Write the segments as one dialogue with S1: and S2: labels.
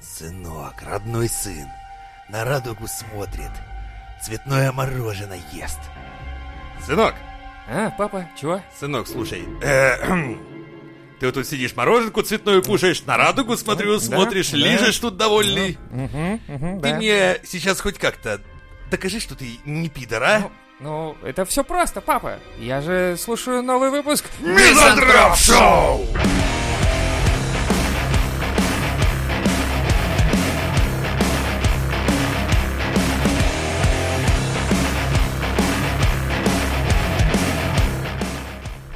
S1: Сынок, родной сын, на радугу смотрит, цветное мороженое ест. Сынок,
S2: А, папа, чего?
S1: сынок, слушай, э, кхм. ты вот тут сидишь, мороженку цветную кушаешь, на радугу смотрю,
S2: Да,
S1: смотришь,
S2: да.
S1: лижешь тут довольный.
S2: Угу, угу,
S1: Ты мне сейчас хоть как-то докажи, что ты не пидор, а?
S2: Ну, это все просто, папа. Я же слушаю новый выпуск.
S1: Мизантроп Шоу!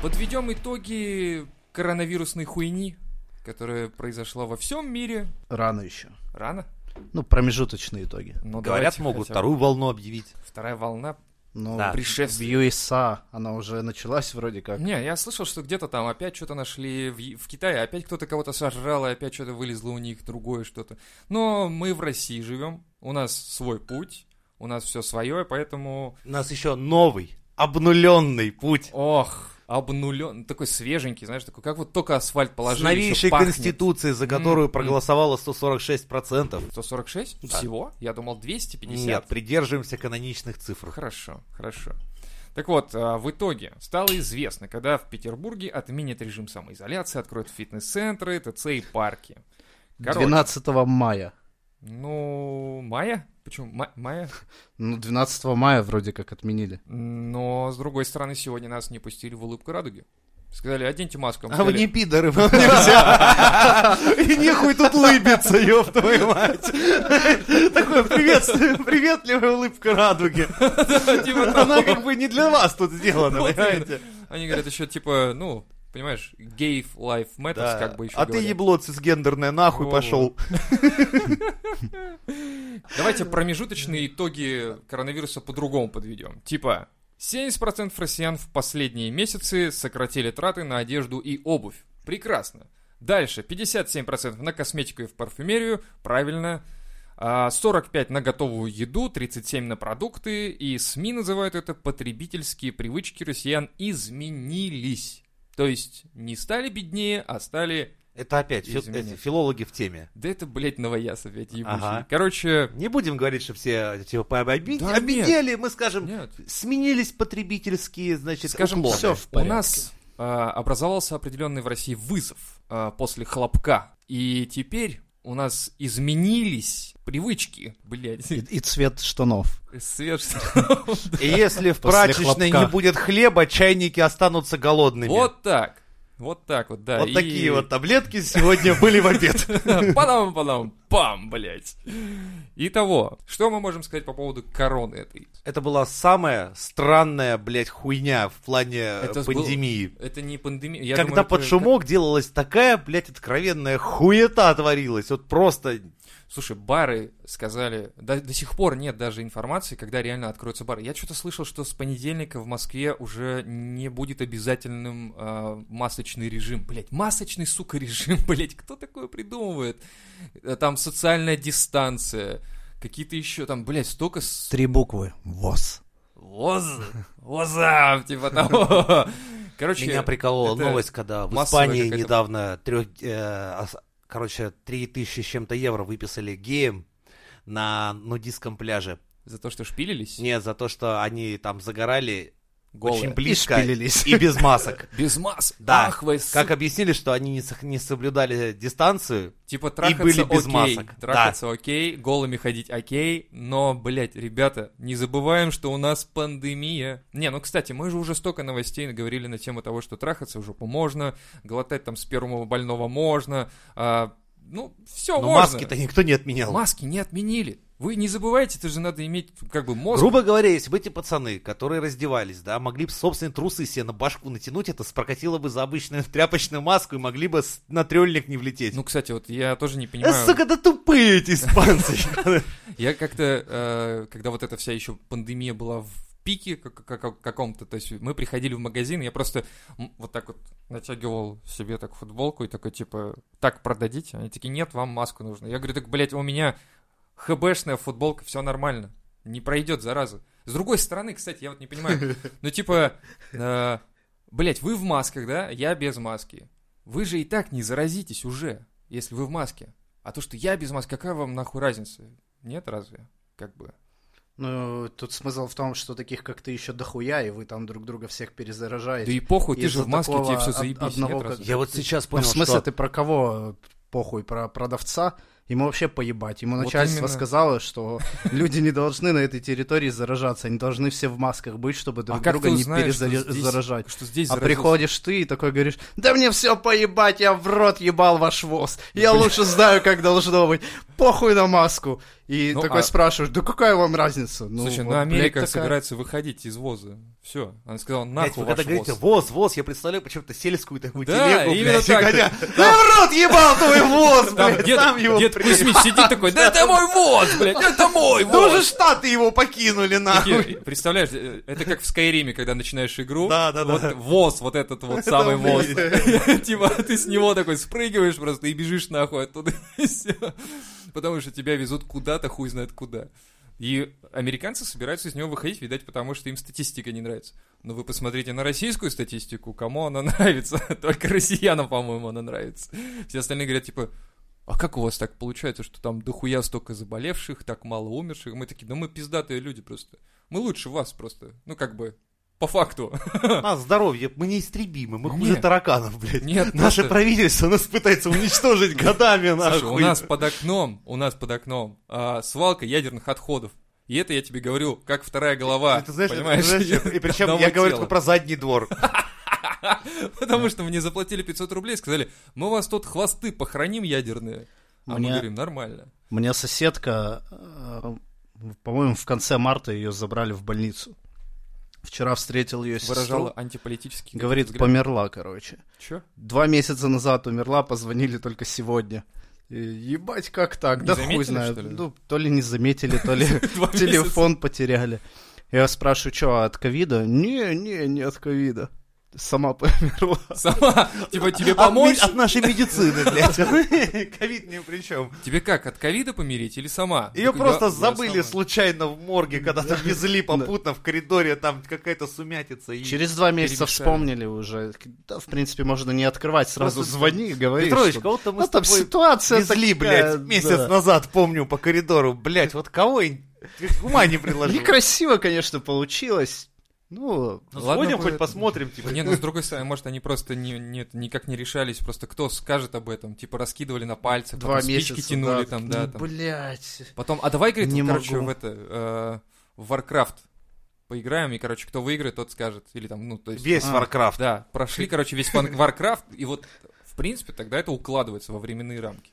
S2: Подведем итоги коронавирусной хуйни, которая произошла во всем мире.
S3: Рано еще.
S2: Рано?
S3: Ну, промежуточные итоги.
S2: Ну,
S1: Говорят,
S2: давайте
S1: могут
S2: хотя бы.
S1: вторую волну объявить.
S2: Вторая волна.
S3: Ну,
S1: Да.
S3: в
S2: Пришествие.
S3: USA она уже началась вроде как.
S2: Не, я слышал, что где-то там опять что-то нашли в, Е- в Китае, опять кто-то кого-то сожрал, и опять что-то вылезло у них, другое что-то. Но мы в России живем, у нас свой путь, у нас все свое, поэтому...
S1: У нас еще новый, обнуленный путь.
S2: Ох, обнулен, такой свеженький, знаешь, такой, как вот только асфальт
S1: С
S2: положили,
S1: новейшей
S2: ещё пахнет.
S1: конституции, за которую
S2: М,
S1: проголосовало 146%.
S2: 146?
S1: Да.
S2: Всего? Я думал 250.
S1: Нет, придерживаемся каноничных цифр.
S2: Хорошо, хорошо. Так вот, а, в итоге стало известно, когда в Петербурге отменят режим самоизоляции, откроют фитнес-центры, ТЦ и парки. Короче,
S3: 12 мая.
S2: Ну, мая? Почему? Ма- мая?
S3: Ну, 12 мая вроде как отменили.
S2: Но, с другой стороны, сегодня нас не пустили в улыбку радуги. Сказали, оденьте маску. Мы
S1: А вы
S2: сказали,
S1: не пидоры, вам нельзя. И нехуй тут лыбиться, ёб твою мать. Такое приветствие- приветливая улыбка радуги.
S2: типа того.
S1: Она как бы не для вас тут сделана,
S2: Вот именно.
S1: понимаете?
S2: Они говорят еще, типа, ну, понимаешь, gay life matters,
S1: Да.
S2: как бы еще
S1: А ты ебло цисгендерное нахуй
S2: Во-во.
S1: пошел.
S2: Давайте промежуточные итоги коронавируса по-другому подведем. Типа, 70% россиян в последние месяцы сократили траты на одежду и обувь. Прекрасно. Дальше, 57% на косметику и в парфюмерию. Правильно. А, 45 на готовую еду, 37 на продукты, и СМИ называют это потребительские привычки россиян изменились. То есть не стали беднее, а стали...
S1: Это опять фи-
S2: Извини.
S1: эти филологи в теме.
S2: Да это, блядь, новояс опять ебучий.
S1: Ага.
S2: Короче,
S1: Не будем говорить, что все типа обе-
S2: Да
S1: обедели, мы скажем,
S2: нет.
S1: сменились потребительские, значит,
S2: Скажем
S1: уклоны.
S2: так,
S3: Все в
S2: У
S3: порядке.
S2: нас э, образовался определенный в России вызов э, после хлопка. И теперь у нас изменились привычки, блядь.
S3: И, и цвет штанов.
S2: Свеж-
S1: И если в
S3: После
S1: прачечной
S3: хлопка.
S1: не будет хлеба, чайники останутся голодными.
S2: Вот так. Вот так вот, да.
S1: Вот
S2: и-
S1: такие вот таблетки сегодня были в обед.
S2: Падам, падам, пам, блядь. Итого, что мы можем сказать по поводу короны этой?
S1: Это была самая странная, блядь, хуйня в плане э,
S2: Это был-
S1: пандемии.
S2: Это не пандемия. я
S1: Когда
S2: думаю, это-
S1: под шумок делалась такая, блядь, откровенная хуета творилась. Вот просто...
S2: Слушай, бары сказали, до, до сих пор нет даже информации, когда реально откроются бары. Я что-то слышал, что с понедельника в Москве уже не будет обязательным э, масочный режим. Блять, масочный, сука, режим, блять, кто такое придумывает? Э, Там социальная дистанция, какие-то еще там, блять, столько... С...
S3: Три буквы. ВОЗ.
S2: Воз... воза, типа того. Короче,
S1: Меня приколола
S2: это
S1: новость, когда в
S2: массовая
S1: Испании
S2: какая-то-
S1: недавно трех... короче, три тысячи с чем-то евро выписали геям на нудистском пляже.
S2: за то, что шпилились?
S1: Не, за то, что они там загорали
S2: Голые.
S1: очень
S3: И
S1: близко и,
S3: шпилились.
S1: без масок.
S2: Без масс.
S1: Да,
S2: Ах, вы,
S1: Как объяснили, что они не сох- не соблюдали дистанцию,
S2: Типа трахаться
S1: были без
S2: окей,
S1: масок.
S2: трахаться окей, голыми ходить окей, но, блядь, ребята, не забываем, что у нас пандемия. Не, ну, кстати, мы же уже столько новостей говорили на тему того, что трахаться в жопу можно, глотать там сперму больного можно, а, ну, все
S1: но
S2: можно.
S1: маски-то никто не отменял.
S2: Маски не отменили. Вы не забывайте, это же надо иметь, как бы, мозг.
S1: Грубо говоря, если бы эти пацаны, которые раздевались, да, могли бы собственные трусы себе на башку натянуть, это спрокатило бы за обычную тряпочную маску и могли бы с- на трёльник не влететь.
S2: Ну, кстати, вот я тоже не
S1: Э,
S2: понимаю.
S1: сука, да тупые эти испанцы.
S2: Я как-то, э, когда вот эта вся еще пандемия была в пике как- как- как- каком-то, то есть мы приходили в магазин, я просто м, вот так вот натягивал себе так футболку и такой, типа, так продадите? Они такие, нет, вам маску нужно. Я говорю, так, блядь, у меня хбшная футболка, все нормально. Не пройдет, зараза. С другой стороны, кстати, я вот не понимаю, ну, типа, э, блядь, вы в масках, да? Я без маски. Вы же и так не заразитесь уже, если вы в маске. А то, что я без маски, какая вам нахуй разница? Нет разве? Как бы.
S3: Ну, тут смысл в том, что таких, как ты, еще дохуя, и вы там друг друга всех перезаражаете.
S2: Да и похуй, ты
S3: Из-за
S2: же в маске, тебе
S3: такого
S2: все
S3: од-
S2: заебись.
S3: одного
S2: нет
S3: как-
S2: разве?
S1: Я вот сейчас
S3: Ну,
S1: понял,
S3: в смысле,
S1: что...
S3: ты про кого похуй? Про продавца? Ему вообще поебать. Ему
S2: Вот
S3: начальство
S2: именно.
S3: сказало, что люди не должны на этой территории заражаться. Они должны все в масках быть, чтобы друг
S2: а как
S3: друга
S2: ты
S3: не
S2: узнаешь, что здесь-
S3: перезаражать.
S2: Что здесь
S3: А
S2: заразился?
S3: приходишь ты и такой говоришь, да мне все поебать, я в рот ебал ваш воз, я лучше знаю, как должно быть, похуй на маску. И
S2: Ну,
S3: такой
S2: а-
S3: спрашиваешь, да какая вам разница? Ну,
S2: Слушай,
S3: вот,
S2: ну
S3: блядь,
S2: Америка
S3: такая.
S2: собирается выходить из ВОЗа. Все. Она сказала,
S1: Блядь,
S2: нахуй
S1: вы когда
S2: ваш
S1: говорите
S2: ВОЗ.
S1: «воз, воз», я представляю почему-то сельскую такую
S2: Да,
S1: телегу,
S2: именно
S1: блядь, и
S2: так.
S1: коня. Да в рот ебал твой воз,
S2: Там
S1: блядь,
S2: дед,
S1: сам его
S2: дед
S1: привез.
S2: Кузьмич сидит такой, да это мой ВОЗ, блядь, это мой
S1: Ну же
S2: ВОЗ.
S1: штаты его
S3: «Ну
S1: покинули, нахуй.
S2: Такие, Представляешь, э, это как в Скайриме, когда начинаешь игру,
S1: Да, да,
S2: Ну, вот
S1: да.
S2: ВОЗ, вот этот вот самый ВОЗ. Типа ты с него такой спрыгиваешь просто и бежишь нахуй оттуда. и всё. Потому что тебя везут куда-то, хуй знает куда. И американцы собираются из него выходить, видать, потому что им статистика не нравится. Но вы посмотрите на российскую статистику, кому она нравится. Только россиянам, по-моему, она нравится. Все остальные говорят, типа, а как у вас так получается, что там дохуя столько заболевших, так мало умерших? Мы такие, да мы пиздатые люди просто. Мы лучше вас просто. Ну, как бы, по факту.
S1: У нас здоровье, мы неистребимы, мы
S2: Не.
S1: хуже тараканов, блядь.
S2: Нет,
S1: Наше
S2: просто-
S1: правительство нас пытается уничтожить годами,
S2: Слушай,
S1: нахуй.
S2: у нас под окном, у нас под окном а, свалка ядерных отходов. И это я тебе говорю, как вторая голова.
S1: Ты знаешь, это-
S2: понимаешь?
S1: знаешь, и причем
S2: одного
S1: я говорю
S2: тела.
S1: только про задний двор.
S2: Потому что мне заплатили 500 рублей и сказали, мы вас тут хвосты похороним ядерные. А мы
S3: Мне-
S2: говорим, нормально.
S3: У меня соседка, э, по-моему, в конце марта ее забрали в больницу. Вчера встретил ее сестру.
S2: Выражала антиполитический
S3: Говорит,
S2: взгляд.
S3: померла, короче.
S2: Чё?
S3: Два месяца назад умерла, позвонили только сегодня. И Ебать, как так?
S2: Не
S3: да
S2: заметили,
S3: хуй знает.
S2: что ли?
S3: Ну, то ли не заметили, то ли
S2: Два
S3: телефон потеряли. Я спрашиваю, что, от ковида? Не, не, не от ковида. Сама померла.
S2: месяца. Сама, типа, тебе
S1: От ми-
S2: помочь?
S1: От нашей медицины, блядь. Ковид ни при чем.
S2: Тебе как, от ковида помирить или сама?
S1: Ее
S2: Такой,
S1: просто
S2: «Да, я
S1: забыли
S2: сама».
S1: случайно в морге, когда-то везли попутно в коридоре, там какая-то сумятица. и-
S3: Через два месяца
S2: Перемешали.
S3: вспомнили уже. Да, в принципе, можно не открывать, сразу
S1: Просто-
S3: звони, говори.
S1: Петрович,
S3: что-
S1: кого-то мы
S3: Ну,
S1: с
S3: там
S1: тобой
S3: ситуация
S1: везли,
S3: такая,
S1: блядь, месяц
S3: да.
S1: назад, помню, по коридору. Блядь, вот кого я ума не предложил.
S3: Некрасиво, конечно, получилось. Ну,
S1: Ну,
S2: Ладно,
S1: Сходим хоть
S2: понятно.
S1: посмотрим, типа.
S2: Не, ну с другой стороны, может, они просто не, нет, никак не решались, просто кто скажет об этом, типа раскидывали на пальцах,
S3: два
S2: потом
S3: месяца.
S2: спички тянули
S3: да.
S2: там, да,
S3: Ну,
S2: там.
S3: Блядь.
S2: Потом, а давай, говорит,
S3: Не
S2: вот, короче,
S3: могу.
S2: в это, э, в Warcraft поиграем, и, короче, кто выиграет, тот скажет, или там, ну, то есть...
S1: Весь
S3: А.
S1: Warcraft.
S2: Да, прошли, короче, весь Ван- Warcraft, и вот, в принципе, тогда это укладывается во временные рамки.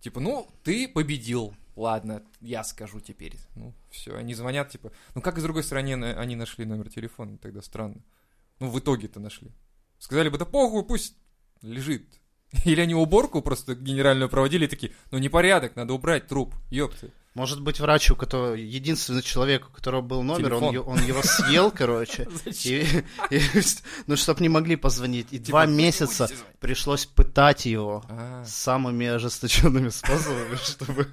S2: Типа, ну, ты победил, ладно, я скажу теперь. Ну, все, они звонят, типа, ну, как с другой стороны на- они нашли номер телефона, тогда странно. Ну, в итоге-то нашли. Сказали бы, да похуй, пусть лежит. Или они уборку просто генеральную проводили и такие, ну, непорядок, надо убрать труп, ёпты.
S3: Может быть, врач, у которого единственный человек, у которого был номер, он,
S2: Телефон.
S3: е- он его съел, короче. И- и- Ну, чтоб не могли позвонить. И два
S2: «Вы не
S3: месяца
S2: будете звонить».
S3: пришлось пытать его
S2: Типа, А.
S3: самыми ожесточенными способами, чтобы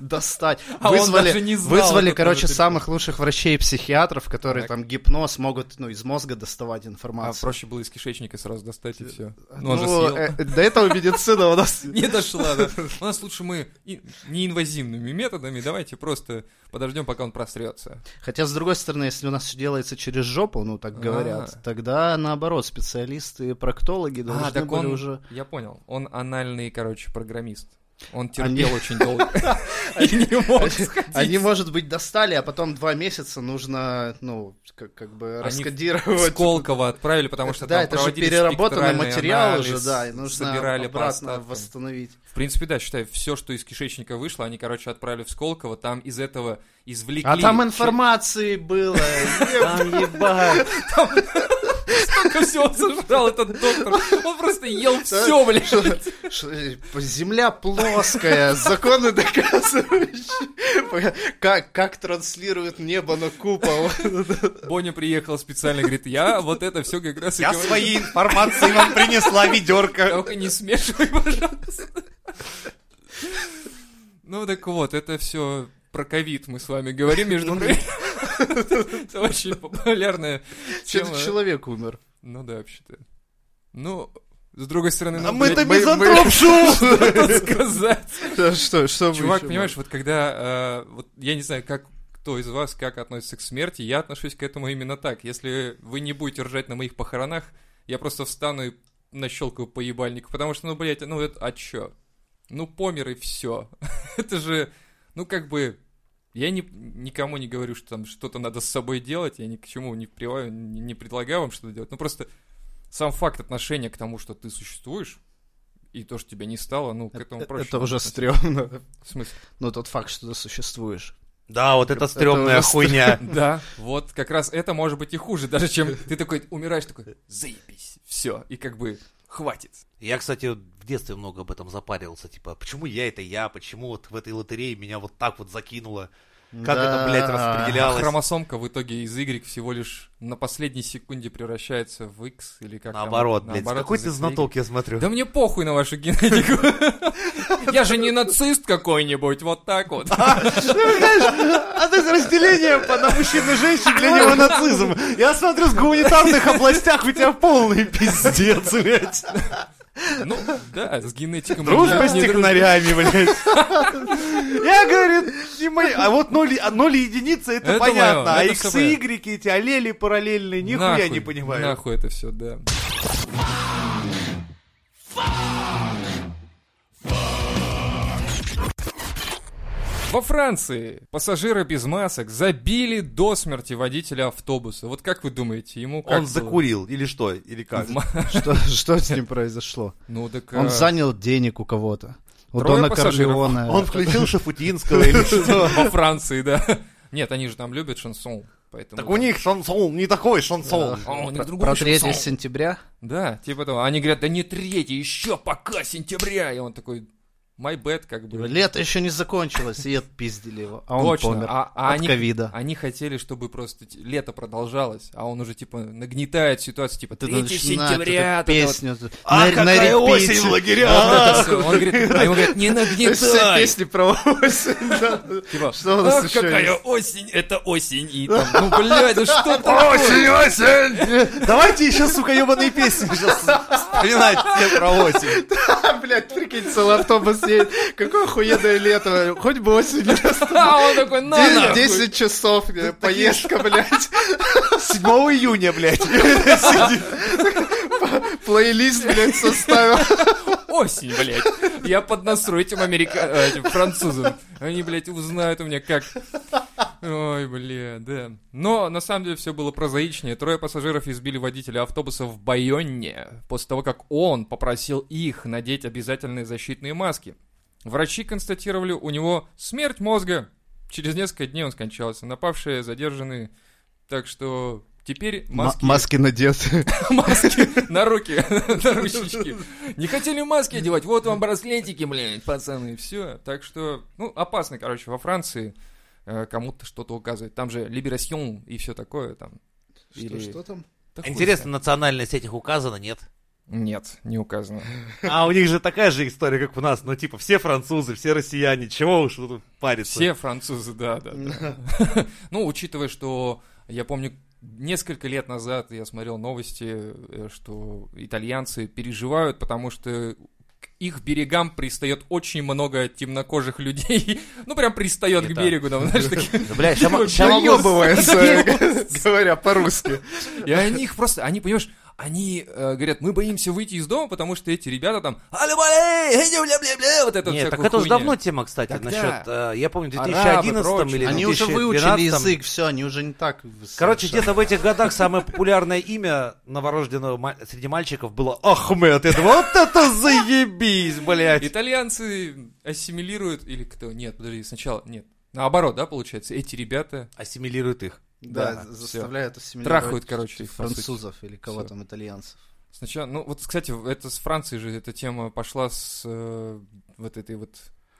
S3: достать.
S2: А он даже
S3: Вызвали,
S2: не знал
S3: вызвали,
S2: этот
S3: короче,
S2: номер
S3: самых лучших врачей и психиатров, которые
S2: Так.
S3: там гипноз могут, ну, из мозга доставать
S2: А
S3: информацию.
S2: проще было из кишечника сразу достать и все. Ну,
S3: Ну,
S2: он же съел.
S3: э, до этого медицина у нас...
S2: Не дошла, да. У нас лучше мы и- неинвазивными методами. Давайте просто подождем, пока он прострется.
S3: Хотя, с другой стороны, если у нас все делается через жопу, ну, так
S2: А.
S3: говорят, тогда, наоборот, специалисты и проктологи должны
S2: А, так
S3: были
S2: он-
S3: А, уже...
S2: Я понял. Он анальный, короче, программист. Он терпел очень долго. И не мог сходить.
S3: Они, может быть, достали, а потом два месяца нужно, ну, как, как бы
S2: Они
S3: раскодировать.
S2: Сколково отправили, потому что
S3: типа. да,
S2: там
S3: это же
S2: проводили
S3: переработанный
S2: спектральный
S3: материал
S2: анализ,
S3: уже, да, и нужно
S2: собирали по
S3: обратно
S2: остаткам.
S3: восстановить.
S2: В принципе, да, считай, все, что из кишечника вышло, они, короче, отправили в Сколково, там из этого извлекли...
S3: А там
S2: чё-
S3: информации было, там ебать.
S2: Столько всего сожрал этот доктор. Он просто ел все, блядь.
S3: Что- что- э, Земля плоская, законы доказывающие. Как, как транслирует небо на купол.
S2: Боня приехала специально, говорит, я вот это все как раз и
S1: Я
S2: говорю.
S1: своей информации вам принесла ведерко.
S2: Только не смешивай, пожалуйста. Ну так вот, это все про ковид мы с вами говорим,
S1: Ну
S2: между прочим. Это очень популярная
S3: Чё-то
S2: тема.
S3: Человек умер.
S2: Ну да, вообще-то. Ну, С другой стороны,
S1: А
S2: ну, блядь,
S1: мы-то
S3: мы-
S1: мизантроп
S3: мы-
S1: шоу!
S2: что тут сказать?
S3: Да Что, что вы
S2: Чувак,
S3: ещё
S2: понимаешь, вот когда, э, вот я не знаю, как кто из вас как относится к смерти, я отношусь к этому именно так. Если вы не будете ржать на моих похоронах, я просто встану и нащелкаю по ебальнику, потому что, ну, блядь, ну, это, а чё? Ну, помер и все. это же, ну, как бы, я не, никому не говорю, что там что-то надо с собой делать, я ни к чему не, приваю, не, не предлагаю вам что-то делать. Ну, просто сам факт отношения к тому, что ты существуешь, и то, что тебя не стало, ну, к этому
S3: Это
S2: проще.
S3: Э, это уже
S2: относиться.
S3: стрёмно.
S2: В смысле?
S3: Ну, тот факт, что ты существуешь.
S1: Да, вот это стрёмная
S3: Это
S1: хуйня.
S2: Да, вот как раз это может быть и хуже, даже чем ты такой умираешь, такой, заебись, все, и как бы хватит.
S1: Я, кстати, вот в детстве много об этом запаривался. Типа, почему я это я? Почему вот в этой лотерее меня вот так вот закинуло? Как это, блядь,
S3: Да.
S2: А
S1: распределялось?
S2: хромосомка в итоге из Y всего лишь на последней секунде превращается в X или как там?
S1: Наоборот, блядь. Какой
S2: из
S1: ты
S2: X.
S1: знаток, я смотрю.
S2: Да мне похуй на вашу генетику. Я же не нацист какой-нибудь, вот так вот.
S1: А ты разделение по на мужчин и женщин для него нацизм. Я смотрю, в гуманитарных областях у тебя полный пиздец, блядь.
S2: Ну, да, с генетикой
S1: Дружба
S2: мы
S1: с
S2: не дружим.
S1: технарями, блядь. Я, говорю, не мои. А вот ноль, а ноль и единицы, это,
S2: Это
S1: понятно.
S2: моё,
S1: а
S2: это
S1: иксы,
S2: всё
S1: игреки, эти аллели параллельные, нихуя
S2: Нахуй,
S1: не понимаю.
S2: Нахуй это все, да. Во Франции пассажиры без масок забили до смерти водителя автобуса. Вот как вы думаете, ему как
S1: Он
S2: было?
S1: закурил, или что, или как?
S2: В ма-
S3: Что, что с ним произошло?
S2: Ну так... а,
S3: Он занял денег у кого-то. У
S2: Трое
S3: Дона
S2: пассажиров.
S3: Корлеона.
S1: Он включил Шафутинского или что?
S2: Во Франции, да. Нет, они же там любят шансон, поэтому...
S1: Так у них шансон, не такой шансон.
S2: А, у них
S3: Про-
S2: другой
S3: Про
S2: еще
S3: 3
S2: сон.
S3: сентября.
S2: Да, типа того. Они говорят, да не третий, еще пока сентября. И он такой, my bad, как бы.
S3: Лето еще не закончилось, и отпиздили его. А он
S2: Точно.
S3: помер
S2: А, а
S3: от
S2: они,
S3: ковида.
S2: Они хотели, чтобы просто т- лето продолжалось, а он уже, типа, нагнетает ситуацию, типа, 3
S3: начинаешь эту
S2: сентября, вот это вот.
S3: песню. тут
S1: А
S3: на- на
S1: какая
S3: репите.
S1: осень в
S2: Вот
S1: лагеря!
S2: это всё. Он говорит, а ему говорят, не
S3: То есть все
S2: нагнетай.
S3: песни про осень. да.
S2: Типа,
S3: Что у нас
S2: ах,
S3: ещё
S2: какая
S3: есть?»
S2: осень, это осень. И там, ну, блядь, ну что такое?
S1: Осень, осень! Давайте еще, сука, ебаные песни сейчас вспоминать все про осень.
S3: А, Блядь, прикинь, целый автобус едет. Какое охуенное лето. Хоть бы осень.
S2: А он такой, на,
S3: Десять
S2: нахуй».
S3: 10 часов э, поездка, блядь.
S1: 7 июня, блядь.
S3: Плейлист, блядь, составил.
S2: Осень, блядь. Я под настрой этим, америка... э, этим французам. Они, блядь, узнают у меня как... Ой, блядь, да. Но на самом деле все было прозаичнее. Трое пассажиров избили водителя автобуса в Байонне после того, как он попросил их надеть обязательные защитные маски. Врачи констатировали у него смерть мозга. Через несколько дней он скончался. Напавшие задержаны. Так что теперь маски...
S3: надеты.
S2: Маски на руки, на ручечки. Не хотели маски одевать, вот вам браслетики, блядь, пацаны, все. Так что, ну, опасно, короче, во Франции э, кому-то что-то указывать. Там же либерасьон и все такое там.
S3: Что, что там?
S2: Да хуй
S1: Интересно, национальность этих указана, нет?
S2: знает. Нет, не указано.
S1: А у них же такая же история, как у нас. Ну, типа, все французы, все россияне. Чего уж тут париться?
S2: Все французы, да, да, да. Ну, учитывая, что я помню, несколько лет назад я смотрел новости, э, что итальянцы переживают, потому что к их берегам пристает очень много темнокожих людей. Ну, прям пристает
S1: И
S2: к
S1: да.
S2: берегу, там, знаешь, такие.
S1: Да, блядь, ща мо- ща могу-
S3: Доебывается, говоря по-русски.
S2: И они их просто, они, понимаешь, они э, говорят, мы боимся выйти из дома, потому что эти ребята там... «Алё, балей, э, бля, бля, бля», Вот это
S1: Нет,
S2: всякую
S1: так это уже
S2: хуйню.
S1: давно тема, кстати,
S2: Тогда
S1: насчет... э, я помню, в
S2: арабы,
S1: 2011
S2: прочее.
S1: или
S3: Они уже
S1: 2012.
S3: выучили язык, все, они уже не так.
S1: Короче,
S3: совершенно.
S1: где-то в этих годах самое популярное имя новорожденного ма- среди мальчиков было Ахмед. Это вот это заебись, блядь.
S2: Итальянцы ассимилируют или кто? Нет, подожди, сначала нет. Наоборот, да, получается, эти ребята
S1: Ассимилирует их.
S2: да,
S3: Да,
S2: всё.
S3: заставляют ассимилировать
S2: трахают, короче, их, по сути.
S3: французов или кого
S2: Всё.
S3: там, итальянцев.
S2: Сначала, ну вот, кстати, это с Франции же эта тема пошла с э, вот этой вот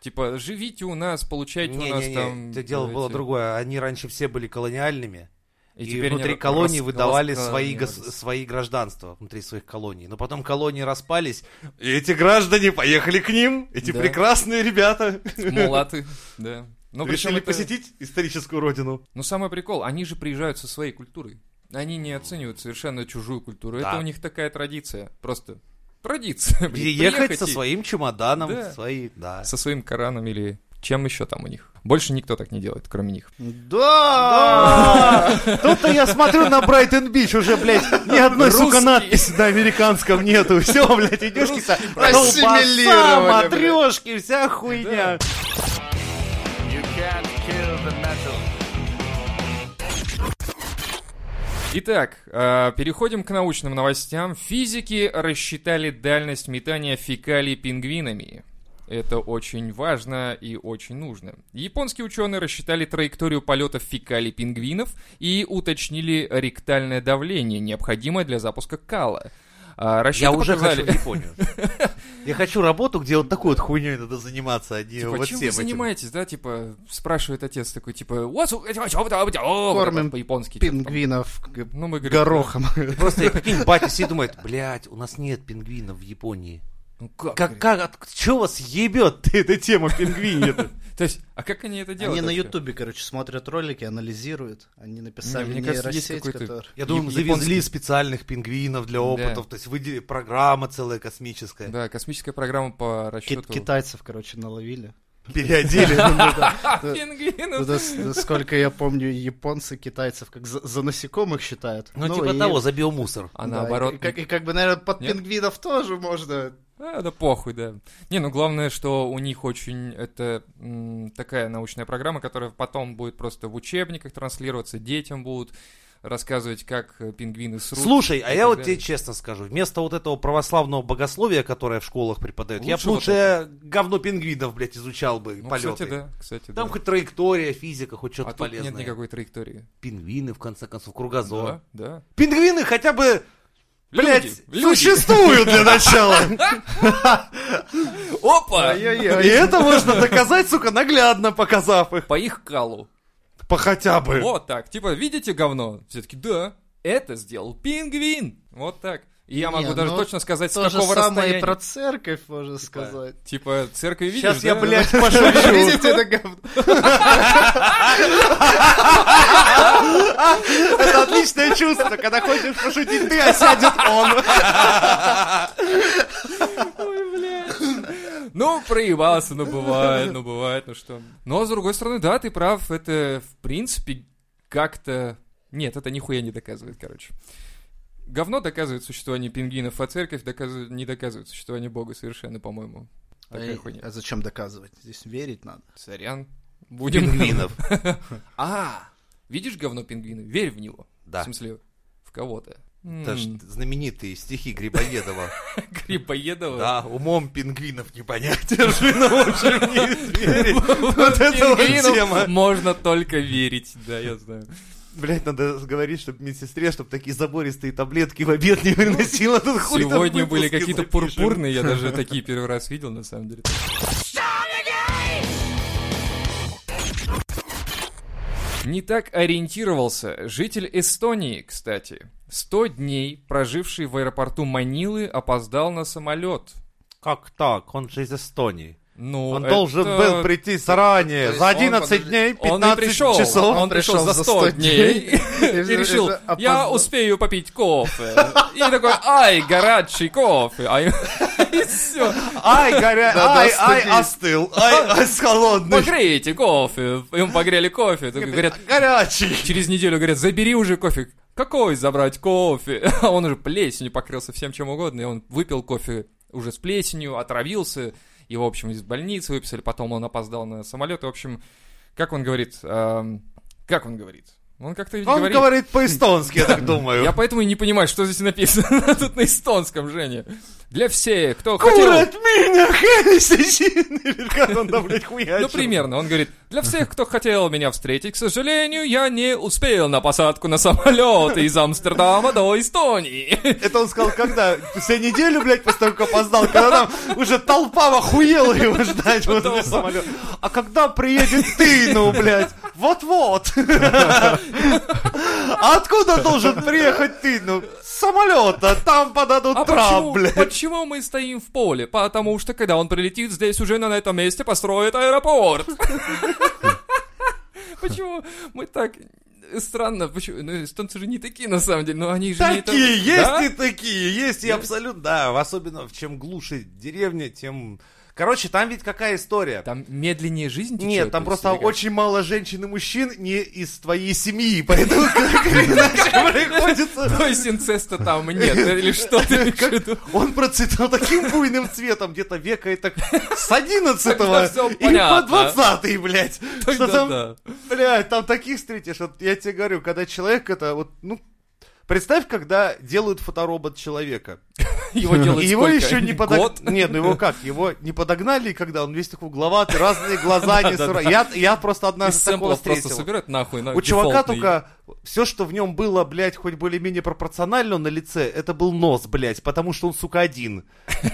S2: типа живите у нас, получайте у нас там.
S1: это дело
S2: э,
S1: было
S2: эти-
S1: другое. Они раньше все были колониальными, и,
S2: теперь
S1: внутри
S2: они
S1: колоний
S2: рас-
S1: выдавали
S2: рас-
S1: свои, гос-
S2: колонизировались.
S1: свои гражданства внутри своих колоний. Но потом колонии распались, и эти граждане поехали к ним, эти
S2: Да.
S1: прекрасные ребята,
S2: Мулаты, да. Ну, причем
S1: решили
S2: это-
S1: посетить историческую родину.
S2: Ну, самый прикол, они же приезжают со своей культурой. Они не оценивают совершенно чужую культуру.
S1: Да.
S2: Это у них такая традиция. Просто Традиция. блин,
S1: Ехать
S2: приехать
S1: со
S2: и-
S1: своим чемоданом,
S2: Да.
S1: свои, да.
S2: Со своим Кораном или чем еще там у них. Больше никто так не делает, кроме них. А!
S3: Да!
S1: Тут-то я смотрю на Брайтон Бич, уже, блядь, ни одной, сука,
S2: Русский.
S1: надписи на американском нету. Все, блядь, идешь
S2: Русский
S1: киса.
S3: брат.
S1: Колбаса,
S3: Ассимилировали, блядь.
S1: матрешки, вся хуйня.
S2: Итак, э, переходим к научным новостям. Физики рассчитали дальность метания фекалий пингвинами. Это очень важно и очень нужно. Японские ученые рассчитали траекторию полета фекалий пингвинов и уточнили ректальное давление, необходимое для запуска кала. А, расчеты
S1: Я уже
S2: показали-
S1: хочу в Японию. Я хочу работу, где вот такой вот хуйней надо заниматься, а не
S2: Типа,
S1: вот всем
S2: чем вы
S1: этим.
S2: занимаетесь, да, типа, спрашивает отец такой, типа, «What's- what- what- what- what- what?»
S3: Кормим
S2: по-японски. типа, там.
S3: Пингвинов г-
S2: Ну, мы говорим,
S3: горохом.
S1: Просто я прикинь, батя сидит и думает, блядь, у нас нет пингвинов в Японии.
S2: «Ну как?»
S1: Как, как, от, чё вас ебет эта тема пингвинья
S2: То есть, а как они это делают?
S3: Они на
S2: вообще?
S3: Ютубе, короче, смотрят ролики, анализируют. Они написали
S2: Не, мне кажется, есть
S3: нейросеть,
S2: какой-то-
S3: которая-
S1: Я думаю,
S2: Яп-
S1: завезли
S2: японский.
S1: специальных пингвинов для опытов, то есть выделили программа целая космическая.
S2: Да, космическая программа по
S3: Ки-
S2: расчету.
S3: Китайцев, короче, наловили.
S1: Переодели.
S2: Пингвинов.
S3: Ну, Да, с- да, Сколько я помню, японцы китайцев как за за насекомых считают.
S1: Ну, типа
S3: и-
S1: того, забил мусор.
S2: А
S3: да,
S2: наоборот.
S3: и как- И как бы, наверное, под
S2: Нет?
S3: пингвинов тоже можно.
S2: А, да похуй, да. Не, ну главное, что у них очень это м, такая научная программа, которая потом будет просто в учебниках транслироваться, детям будут рассказывать, как э, пингвины срут.
S1: Слушай, а
S2: и
S1: я
S2: так
S1: вот тебе
S2: далее.
S1: честно скажу, вместо вот этого православного богословия, которое в школах преподают, я бы
S2: Лучше вот
S1: лучше говно пингвинов, блядь, изучал бы
S2: Ну,
S1: полеты.
S2: кстати, да, кстати,
S1: Там
S2: да.
S1: хоть траектория, физика, хоть что-то
S2: а тут
S1: полезное.
S2: нет никакой траектории.
S1: Пингвины, в конце концов, кругозор.
S2: Да, да.
S1: Пингвины хотя бы, блядь,
S2: люди.
S1: существуют для начала.
S2: Опа!
S1: И
S3: Ай-яй-яй.
S1: это можно доказать, сука, наглядно показав их.
S2: По их калу.
S1: По хотя бы.
S2: Вот так. Типа, видите говно? Все таки да, это сделал пингвин. Вот так. И я
S3: Не,
S2: могу даже
S3: ну,
S2: точно сказать, с
S3: То же
S2: какого
S3: самое и
S2: расстояния.
S3: про церковь, можно сказать.
S2: Типа, церкви видишь,
S1: Сейчас я,
S2: да?
S1: блядь, пошучу.
S3: Видите, это говно?
S1: Это отличное чувство, когда хочешь пошутить ты, а сядет он.
S2: Ну, проебался, ну бывает, ну бывает, ну что. Но, с другой стороны, да, ты прав, это, в принципе, как-то... Нет, это нихуя не доказывает, короче. Говно доказывает существование пингвинов, а церковь доказывает, не доказывает существование бога совершенно, по-моему. Такая
S3: Эй,
S2: хуйня.
S3: А зачем доказывать? Здесь верить надо.
S2: Сорян. Будем...
S1: Пингвинов.
S2: А, видишь говно пингвина? Верь в него.
S1: Да.
S2: В смысле, в кого-то.
S1: Это ж знаменитые стихи Грибоедова.
S2: Грибоедова.
S1: Да, умом пингвинов не понять. Держина лучше в них верить. Вот это вот
S2: Пингвину
S1: тема.
S2: ну, можно только верить, да, я знаю.
S1: Блять, надо говорить, чтобы медсестре, чтобы такие забористые таблетки в обед не выносила. Тут хуй там
S2: Сегодня
S1: выпуски
S2: были какие-то
S1: запишем.
S2: пурпурные, я даже такие первый раз видел, на самом деле. Не так ориентировался житель Эстонии, кстати. 100 дней, проживший в аэропорту Манилы, опоздал на самолет.
S1: Как так? Он же из Эстонии.
S2: Ну,
S1: Он должен
S2: это-
S1: был прийти
S3: То
S1: заранее,
S3: есть
S1: за
S3: он,
S1: 11
S3: подожди,
S1: дней,
S2: Он не
S1: 15
S2: пришел,
S1: часов.
S2: он пришел за 100 дней и решил, я
S3: успел.
S2: успею попить кофе. И такой, ай, горячий кофе. А им- И все,
S1: Ай, горя,
S3: Да-да,
S1: ай, ай,
S3: остудись.
S1: остыл, ай, ай, холодный.
S2: погрейте кофе. Им погрели кофе. Такой, Говорят,
S1: Горячий.
S2: через неделю говорят, забери уже кофе. Какой забрать кофе? А он уже плесенью покрылся всем чем угодно, и он выпил кофе уже с плесенью, отравился. Его, в общем, из больницы выписали, потом он опоздал на самолет. И, в общем, как он говорит, эм, как он говорит? Он как-то ведь
S1: Он говорит,
S2: говорит...
S1: по-эстонски, я так
S2: Я
S1: думаю.
S2: поэтому и не понимаю, что здесь написано. Тут на эстонском, Женя. Для всех, кто хотел...
S1: Курят меня, Хеннесси! Или Как он там, блядь, хуячил?
S2: Ну, примерно. Он говорит, для всех, кто хотел меня встретить, к сожалению, я не успел на посадку на самолет из Амстердама до Эстонии.
S1: Это он сказал, когда? Все неделю, блядь, после того, как опоздал, когда там уже толпа охуела его ждать вот
S2: Толпа.
S1: этот самолет. А когда приедет ты, ну, блядь? Вот-вот. А откуда должен приехать ты? Ну, с самолета, там подадут
S2: А
S1: трап,
S2: почему,
S1: блядь.
S2: почему мы стоим в поле? Потому что, когда он прилетит, здесь уже на этом месте построят аэропорт. Почему мы так э, странно, почему, ну, эстонцы же не такие, на самом деле, но они же не... так-
S1: Такие есть
S2: Да?
S1: и такие есть, и
S2: Да.
S1: абсолютно, да, особенно в чем глуше деревня, тем... Короче, там ведь какая история?
S2: Там медленнее жизнь течет?
S1: Нет, там
S2: то есть,
S1: просто
S2: или как?
S1: очень мало женщин и мужчин не из твоей семьи, поэтому как иначе приходится...
S2: То есть Ну, инцеста там нет, или что ты имеешь в виду?
S1: Он процветал таким буйным цветом где-то века и так с 11
S2: Тогда всё
S1: или по
S2: понятно.
S1: 20 блядь. Что
S2: Тогда
S1: там,
S2: да.
S1: блядь, там таких встретишь. Вот я тебе говорю, когда человек это вот, ну, Представь, когда делают фоторобот человека.
S2: Его делают
S1: И его
S2: сколько?
S1: еще не
S2: Год?
S1: подогнали. Нет, ну его как? Его не подогнали, когда он весь такой угловатый, разные глаза не
S2: Да-да-да.
S1: сура. Я, я просто
S2: Из
S1: однажды такого
S2: сэмплов просто
S1: встретил.
S2: собирают нахуй. на
S1: У чувака
S2: дефолтный.
S1: только все, что в нем было, блядь, хоть более-менее пропорционально на лице, это был нос, блядь, потому что он, сука, один.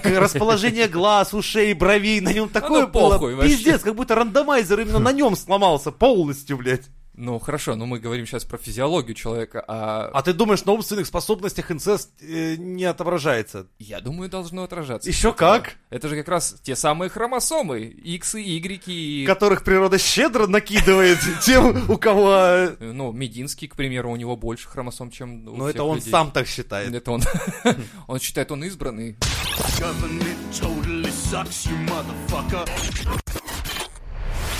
S1: Расположение глаз, ушей, бровей на нем такое было.
S2: Ну, похуй вообще.
S1: Пиздец, как будто рандомайзер именно на нем сломался полностью, блядь.
S2: Ну хорошо, но мы говорим сейчас про физиологию человека, а...
S1: А ты думаешь, на умственных способностях инцест э, не отображается?
S2: Я думаю, должно отражаться.
S1: Еще как?
S2: Это же как раз те самые хромосомы, иксы, игреки и...
S1: Которых природа щедро накидывает тем, у кого... э,
S2: Ну, Мединский, к примеру, у него больше хромосом, чем у
S1: Ну это
S2: всех
S1: он
S2: людей.
S1: сам так считает.
S2: Это он. Он считает, он избранный.
S4: Government totally sucks, you motherfucker.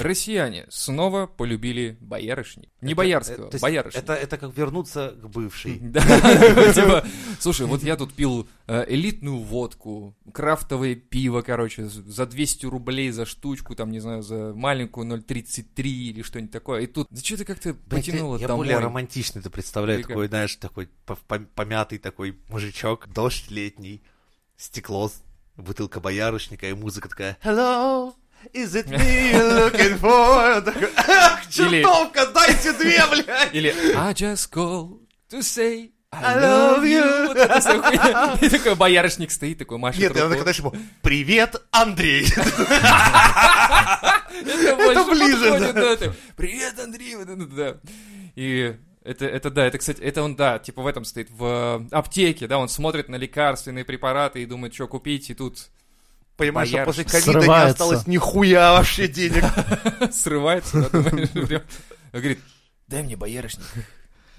S2: Россияне снова полюбили боярышник. Не боярского,
S1: Это- э,
S2: боярышник.
S1: Это, это как вернуться к бывшей.
S2: Да, типа, типа, слушай, вот я тут пил э, элитную водку, крафтовое пиво, короче, з- за 200 рублей за штучку, там, не знаю, за маленькую 0,33 или что-нибудь такое. И тут, да что ты как-то
S1: Блядь,
S2: потянуло
S1: я более
S2: домой?
S1: романтичный это представляю,
S2: Или как?
S1: такой, знаешь, такой по- по- помятый такой мужичок, дождь летний, стекло, с- бутылка боярышника и музыка такая «Hello, is it me you're looking for?» Такой, «Ах,
S2: Или-
S1: чертовка, дайте две, блядь!»
S2: Или I just call to say I
S1: I love
S2: love you.
S1: you.
S2: Вот это вся хуйня. И такой боярышник стоит, такой машет
S1: Нет, я
S2: рукой.
S1: такой, знаешь, ему «Привет, Андрей!»
S2: Это больше
S1: ближе,
S2: подходит,
S1: да.
S2: да, это, Привет, Андрей! вот это да. И это, это да, это, кстати, это он, да, типа в этом стоит, в э, аптеке, да, он смотрит на лекарственные препараты и думает, что купить, и тут
S1: Понимаешь, что после
S2: Боярышник.
S1: ковида не
S3: Срывается.
S1: осталось нихуя вообще денег.
S2: срывается, да, думаешь, прям. Он говорит, дай мне боярышник,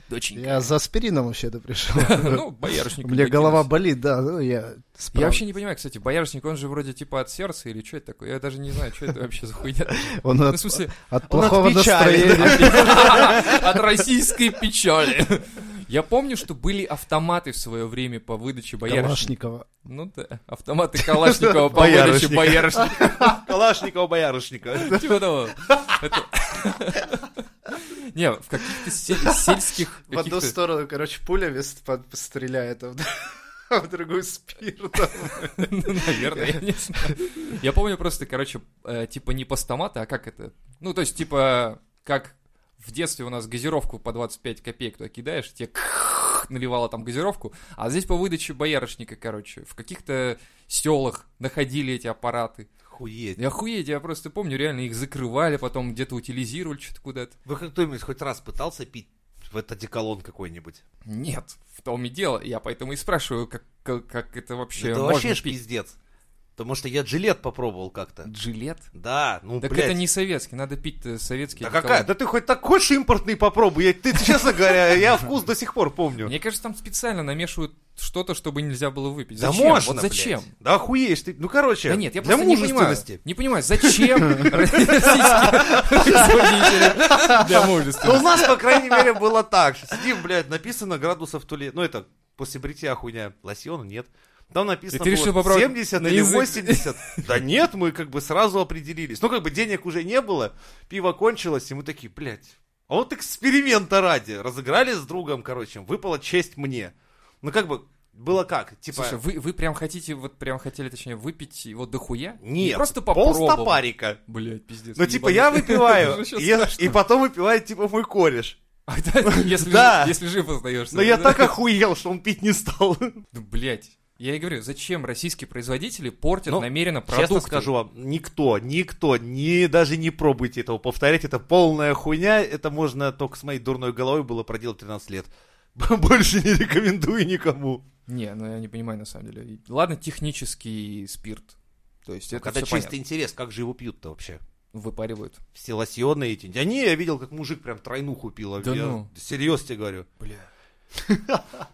S2: доченька.
S3: Я за аспирином вообще-то пришел.
S2: Ну, боярышник.
S3: У меня
S2: не
S3: голова
S2: кинулся.
S3: болит, да, ну, я
S2: Я
S3: справ-
S2: вообще не понимаю, кстати, боярышник, он же вроде типа от сердца или что это такое? Я даже не знаю, что это вообще за хуйня.
S3: Он
S2: Ну, в
S3: от,
S2: смысле,
S3: от плохого
S1: печали,
S3: настроения.
S2: от российской печали. Я помню, что были автоматы в свое время по выдаче боярышника.
S3: Калашникова.
S2: Ну да, автоматы Калашникова по выдаче
S1: Боярышника.
S2: боярышника.
S1: Калашникова боярышника.
S2: Типа того. Это- Не, в каких-то се- сельских...
S3: В одну
S2: каких-то-
S3: сторону, короче, пуля вес- под- стреляет, а в д- а в другую спиртом.
S2: Ну, Наверное, я не знаю. Я помню просто, короче, э, типа не постамата, а как это? Ну, то есть, типа, как в детстве у нас газировку по 25 копеек туда кидаешь, тебе наливала там газировку, а здесь по выдаче боярышника, короче, в каких-то селах находили эти аппараты.
S1: Хуеть.
S2: И охуеть, я просто помню, реально их закрывали, потом где-то утилизировали что-то куда-то.
S1: Вы как кто-нибудь хоть раз пытался пить в этот деколон какой-нибудь?
S2: Нет, в том и дело. Я поэтому и спрашиваю, как, как, как это вообще
S1: это
S2: можно
S1: вообще ж
S2: пить.
S1: пиздец. Потому что я джилет попробовал как-то.
S2: Джилет?
S1: Да, ну,
S2: Так
S1: блядь.
S2: это не советский, надо пить э, советский.
S1: Да
S2: алкоголь.
S1: какая? Да ты хоть так хочешь импортный попробуй. Я- ты, честно говоря, я вкус до сих пор помню.
S2: Мне кажется, там специально намешивают что-то, чтобы нельзя было выпить.
S1: Да
S2: Зачем?
S1: можно,
S2: вот
S1: блядь.
S2: зачем?
S1: Да охуеешь ты. Ну, короче,
S2: Да нет, я
S1: для
S2: просто не понимаю.
S1: мужественности.
S2: Не понимаю, зачем российские производители для
S1: Ну, у
S2: мужественности?
S1: нас, по крайней мере, было так. Сидим, блядь, написано градусов то ли... Ну, это после бритья хуйня. Лосьона нет. Там написано
S2: И ты
S1: было
S2: решил попробовать
S1: 70
S2: на
S1: или
S2: язык?
S1: 80. Да нет, мы как бы сразу определились. Ну, как бы денег уже не было, пиво кончилось, и мы такие, блядь. А вот эксперимента ради. Разыграли с другом, короче, выпала честь мне. Ну, как бы, было как? Типа,
S2: Слушай, вы, вы прям хотите, вот прям хотели, точнее, выпить его дохуя? Не
S1: нет,
S2: просто
S1: пол
S2: попробовать.
S1: стопарика.
S2: Блять, пиздец.
S1: Ну, типа, я
S2: ебаный. Ну,
S1: выпиваю,
S2: Сейчас
S1: и-
S2: страшно.
S1: и потом выпивает, типа, мой кореш.
S2: А, да, Если
S1: Да.
S2: жив- если жив остаешься.
S1: Но я так охуел, что он пить не стал.
S2: Блять. Ну, Я и говорю, зачем российские производители портят
S1: Ну,
S2: намеренно продукты?
S1: Честно скажу вам, никто, никто, не, даже не пробуйте этого повторять. Это полная хуйня. Это можно только с моей дурной головой было проделать 13 лет. Больше не рекомендую никому.
S2: Не, ну я не понимаю на самом деле. И- Ладно, технический спирт. То есть это
S1: Ну, Когда
S2: всё
S1: чистый
S2: понятно.
S1: интерес, как же его пьют-то вообще?
S2: выпаривают.
S1: Все лосьоны эти. А не, я видел, как мужик прям тройнуху пил. а
S2: Да
S1: я
S2: ну.
S1: Серьез тебе говорю.
S2: Бля.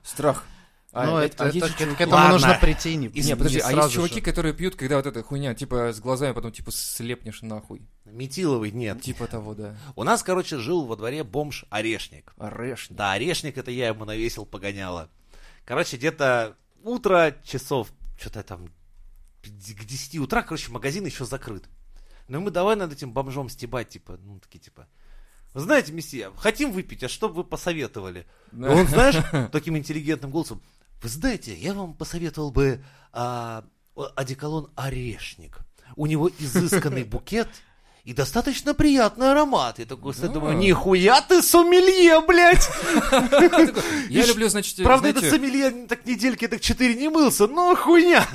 S2: Страх. А,
S3: Ну,
S2: э,
S3: это,
S2: а
S3: это-
S2: есть
S3: к
S2: чуваки-
S3: к этому
S1: Ладно.
S3: нужно прийти, не,
S2: Не,
S3: не
S2: подожди, а есть
S3: сразу
S2: чуваки,
S3: же.
S2: которые пьют, когда вот эта хуйня, типа, с глазами потом, типа, слепнешь нахуй.
S1: Метиловый нет.
S2: Типа того, да.
S1: У нас, короче, жил во дворе бомж Орешник.
S2: Орешник.
S1: Да, орешник это я ему навесил погоняло. Короче, где-то утро, часов, что-то там к 10 утра, короче, магазин еще закрыт. Ну мы давай над этим бомжом стебать, типа, ну такие типа. Вы знаете, месье, хотим выпить, а что бы вы посоветовали? И он, знаешь, таким интеллигентным голосом, вы знаете, я вам посоветовал бы а, о- одеколон «Орешник». У него изысканный букет и достаточно приятный аромат. Я такой,
S2: Да.
S1: думаю, нихуя ты сомелье, блядь!
S2: Я
S1: И
S2: люблю, значит,
S1: Правда, этот
S2: знаете,
S1: сомелье так недельки так четыре не мылся, но хуйня.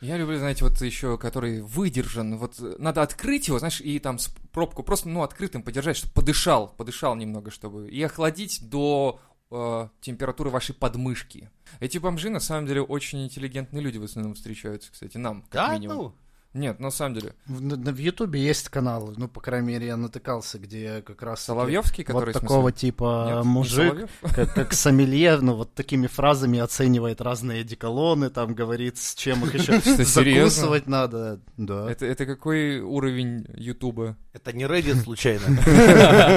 S2: я люблю, знаете, вот еще, который выдержан, вот э, надо открыть его, знаешь, и там с- пробку просто, ну, открытым подержать, чтобы подышал, подышал немного, чтобы, и охладить до э, температуры вашей подмышки. Эти бомжи, на самом деле, очень интеллигентные люди в основном встречаются, кстати, нам, как минимум.
S1: ну.
S2: Нет, на самом деле.
S3: В, на- на- в Ютубе есть каналы, ну, по крайней мере, я натыкался, где как раз...
S2: Соловьевский, который...
S3: Вот
S2: в смысле?
S3: такого
S2: Нет,
S3: типа
S2: не
S3: мужик,
S2: Соловьев.
S3: как, как сомелье, ну, вот такими фразами оценивает разные одеколоны, там говорит, с чем их еще
S2: Что, серьезно?
S3: закусывать надо. Да.
S2: Это, это какой уровень Ютуба?
S1: Это не Reddit случайно.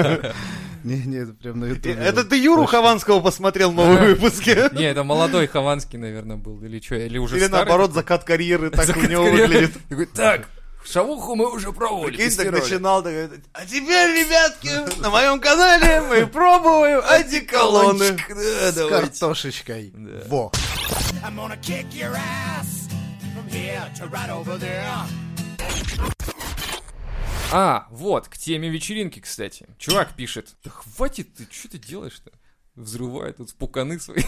S3: Не, не, это прям на Ютубе.
S1: Это ты Юру Хованского посмотрел в новом выпуске?
S2: Не, это молодой Хованский, наверное, был. Или что, или уже
S1: Или
S2: старый?
S1: наоборот, закат карьеры так у
S2: Закат
S1: него
S2: карьеры.
S1: выглядит?
S2: Такой, так, шавуху мы уже пробовали,
S1: Прикинь, так
S2: тестировали».
S1: начинал, так говорит, а теперь, ребятки, на моем канале мы пробуем одеколоны.
S3: Одеколончик
S1: Да,
S3: С
S1: давайте.
S3: картошечкой.
S2: Да.
S3: Во.
S4: I'm gonna kick your ass from here to right over there.
S2: А, вот, к теме вечеринки, кстати. Чувак пишет, да хватит ты, что ты делаешь-то? Взрывает тут пуканы свои.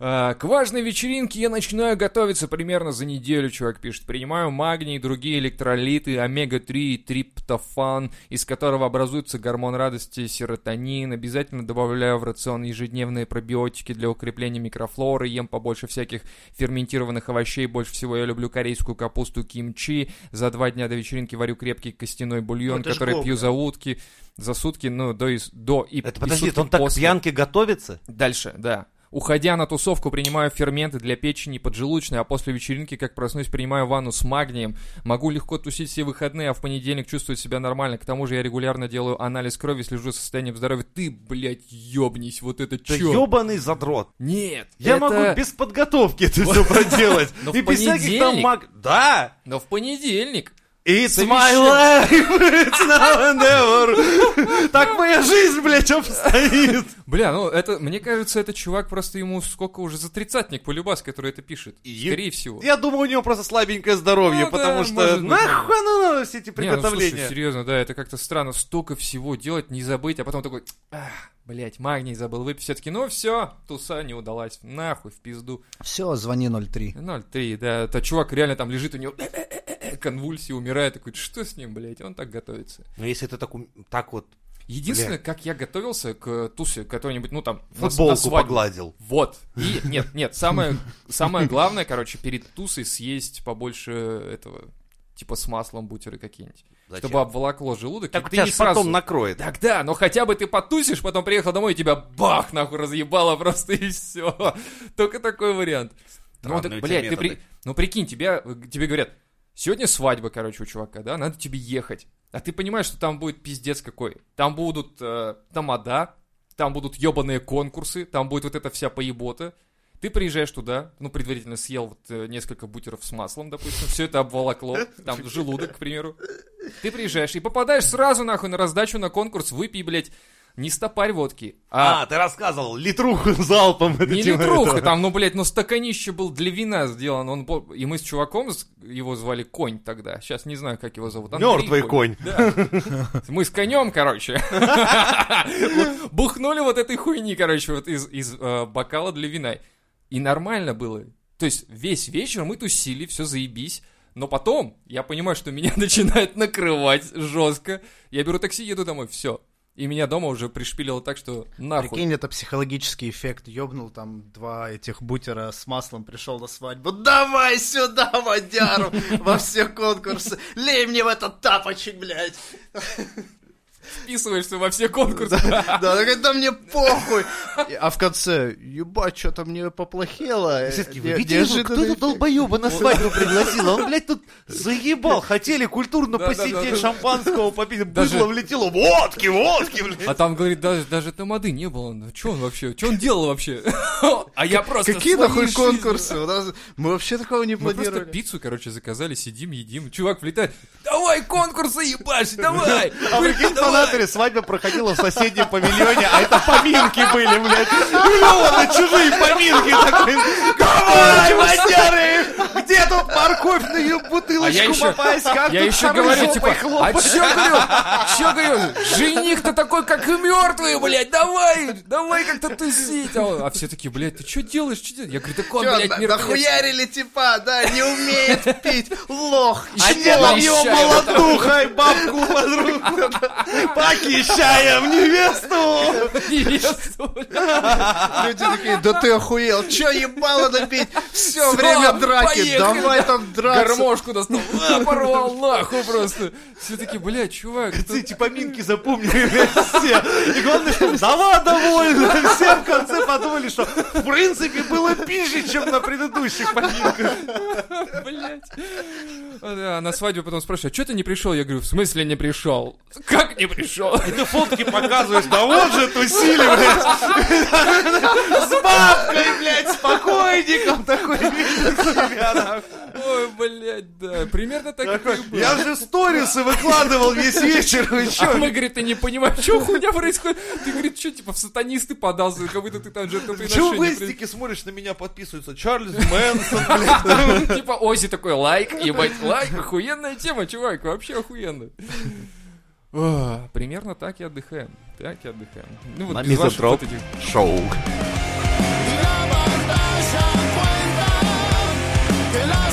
S2: А, К важной вечеринке я начинаю готовиться примерно за неделю, чувак пишет. Принимаю магний и другие электролиты, омега-3 и триптофан, из которого образуется гормон радости, серотонин. Обязательно добавляю в рацион ежедневные пробиотики для укрепления микрофлоры, ем побольше всяких ферментированных овощей. Больше всего я люблю корейскую капусту кимчи. За два дня до вечеринки варю крепкий костяной бульон,
S1: Это ж
S2: который
S1: глупо.
S2: пью за утки, за сутки, ну, до, и с- до и
S1: Это
S2: и
S1: подожди,
S2: сутки
S1: он так к
S2: после.
S1: пьянке готовится?
S2: Дальше, да. Уходя на тусовку, принимаю ферменты для печени и поджелудочной, а после вечеринки, как проснусь, принимаю ванну с магнием. Могу легко тусить все выходные, а в понедельник чувствую себя нормально. К тому же я регулярно делаю анализ крови, слежу за состоянием здоровья. Ты, блядь, ёбнись, вот это
S1: Ты
S2: чё?
S1: ебаный задрот.
S2: Нет,
S1: Я
S2: это-
S1: могу без подготовки это все проделать.
S2: Но в
S1: И без всяких там
S2: понедельник.
S1: маг... Да!
S2: Но в понедельник.
S1: It's my
S2: Совещание.
S1: life, it's now and ever. Так моя жизнь, блядь, обстоит.
S2: Бля, ну это, мне кажется, этот чувак просто ему сколько уже за тридцатник полюбас, который это пишет.
S1: И-
S2: Скорее всего.
S1: Я думаю, у него просто слабенькое здоровье,
S2: Ну да,
S1: потому что
S2: может быть,
S1: нахуй оно надо, все эти
S2: Не, ну, слушай,
S1: приготовления.
S2: серьезно, да, это как-то странно, столько всего делать, не забыть, а потом такой, ах, блядь, магний забыл выпить, все-таки, ну все, туса не удалась, нахуй, в пизду.
S3: Все, звони 03.
S2: 0,3, да, это чувак реально там лежит, у него конвульсии, умирает, такой, что с ним, блядь, он так готовится.
S1: Ну, если ты так, ум- так вот
S2: Единственное, как я готовился к тусе, какой-нибудь, ну там, на- на
S1: футболку
S2: свадьбу.
S1: погладил.
S2: Вот. И нет, нет, самое, самое главное, короче, перед тусой съесть побольше этого, типа с маслом бутеры какие-нибудь.
S1: Зачем?
S2: Чтобы обволокло желудок. и
S1: Так
S2: ты
S1: тебя
S2: не
S1: ж
S2: сразу-
S1: потом накроет.
S2: Так да, но ну хотя бы ты потусишь, потом приехал домой, и тебя бах, нахуй, разъебало просто, и все. Только такой вариант. Ну,
S1: Странные
S2: так,
S1: у тебя
S2: блядь, ты
S1: методы.
S2: при- ну, прикинь, тебя, тебе говорят, сегодня свадьба, короче, у чувака, да, надо тебе ехать. А ты понимаешь, что там будет пиздец какой. Там будут э, тамада, там будут ебаные конкурсы, там будет вот эта вся поебота. Ты приезжаешь туда, ну, предварительно съел вот э, несколько бутеров с маслом, допустим, все это обволокло, там желудок, к примеру. Ты приезжаешь и попадаешь сразу, нахуй, на раздачу, на конкурс, выпей, блядь, не стопарь водки, а,
S1: А, ты рассказывал, литруху залпом. это
S2: не
S1: типа
S2: литруха,
S1: этого.
S2: там, ну, блядь, ну, стаканище был для вина сделан, он был, и мы с чуваком, с- его звали Конь тогда, сейчас не знаю, как его зовут. Андрей
S1: Мертвый конь.
S2: Мы с конем, короче. Бухнули вот этой хуйни, короче, вот из, из э, бокала для вина. И нормально было. То есть весь вечер мы тусили, все заебись. Но потом я понимаю, что меня начинает накрывать жестко. Я беру такси, еду домой, все. и меня дома уже пришпилило так, что нахуй.
S3: Прикинь, это психологический эффект. Ёбнул там два этих бутера с маслом, пришел на свадьбу. Давай сюда, водяру, во все конкурсы. Лей мне в этот тапочек, блядь.
S2: Вписываешься во все конкурсы.
S3: Да, да, да мне похуй. И- А в конце, ебать, что-то мне поплохело. э,
S1: Все-таки
S3: Не-
S1: вы видели, ну,
S3: неожиданный
S1: кто-то
S3: эффект.
S1: долбоеба на свадьбу пригласил. а Он, блядь, тут заебал. Хотели культурно
S2: Да-да-да.
S1: посидеть, шампанского попить.
S2: Даже-
S1: Быдло влетело. Водки, водки, блядь.
S2: А там, говорит, даже, даже тамады не было. Ну, что он вообще? Что он делал вообще? А я просто...
S3: Какие
S2: своей
S3: нахуй
S2: жизнью-
S3: конкурсы? У нас- Мы вообще такого не
S2: Мы просто
S3: планировали.
S2: пиццу, короче, заказали, сидим, едим. Чувак влетает. Давай конкурсы ебашь, давай!
S1: А прикинь, в Анадыре свадьба проходила в соседнем павильоне, а это поминки были, блядь. Ёбаные чужие поминки. такой, Давай, водяры, где тут морковь на ее
S2: А я
S1: бутылочку
S2: еще-
S1: попасть? Как
S2: Я
S1: тут
S2: еще
S1: второй
S2: говорю,
S1: жопой
S2: типа, а
S1: хлопать?»
S2: чё говорю, чё говорю, жених-то такой, как и мертвый, блядь, давай, давай как-то тусить. А, он- а все такие, блядь, ты чё делаешь, чё делаешь? Я говорю, так он,
S3: Чё,
S2: блядь,
S3: на-
S2: мертвец.
S3: нахуярили типа, да, не умеет пить, лох,
S1: Одела
S2: Ещё
S1: его
S2: его
S1: молодухой, бабку под руку. Похищаем невесту.
S2: Невесту, блядь.
S3: Люди такие, да ты охуел, чё ебало допить? Все,
S2: Всё,
S3: время драки,
S2: поехали,
S3: давай
S2: да.
S3: там драться.
S2: Гармошку достал, а, порвал нахуй просто. Все такие, блядь, чувак,
S1: Ты Эти поминки запомнили блядь, все. И главное, что сама довольна. Все в конце подумали, что в принципе было пизже, чем на предыдущих поминках.
S2: Блять. Да, на свадьбу потом спрашивают, а что ты не пришел? Я говорю, в смысле не пришел? Как не пришел?
S1: Ты фотки показываешь, да вот же тусили, блядь. С бабкой, блядь, с покойником такой. видит себя, нахуй.
S2: Ой, блять, да. Примерно так и
S1: Такой,
S2: было.
S1: Я же сторисы выкладывал весь вечер, вы
S2: А
S1: чё?
S2: мы, говорит, ты не понимаешь, что хуйня происходит. Ты, говорит, что, типа, в сатанисты подался, как будто ты там
S1: Чего в
S2: жертвоприношение.
S1: инстике смотришь, на меня подписываются Чарльз Мэнсон, блядь.
S2: прин- Типа, Ози такой, лайк, ебать, лайк. Охуенная тема, чувак, вообще охуенно. Ох, Примерно так и отдыхаем. Так и отдыхаем. Ну вот
S1: На
S2: без ваших
S1: мизантроп.
S2: вот этих
S1: Шоу.
S4: Que la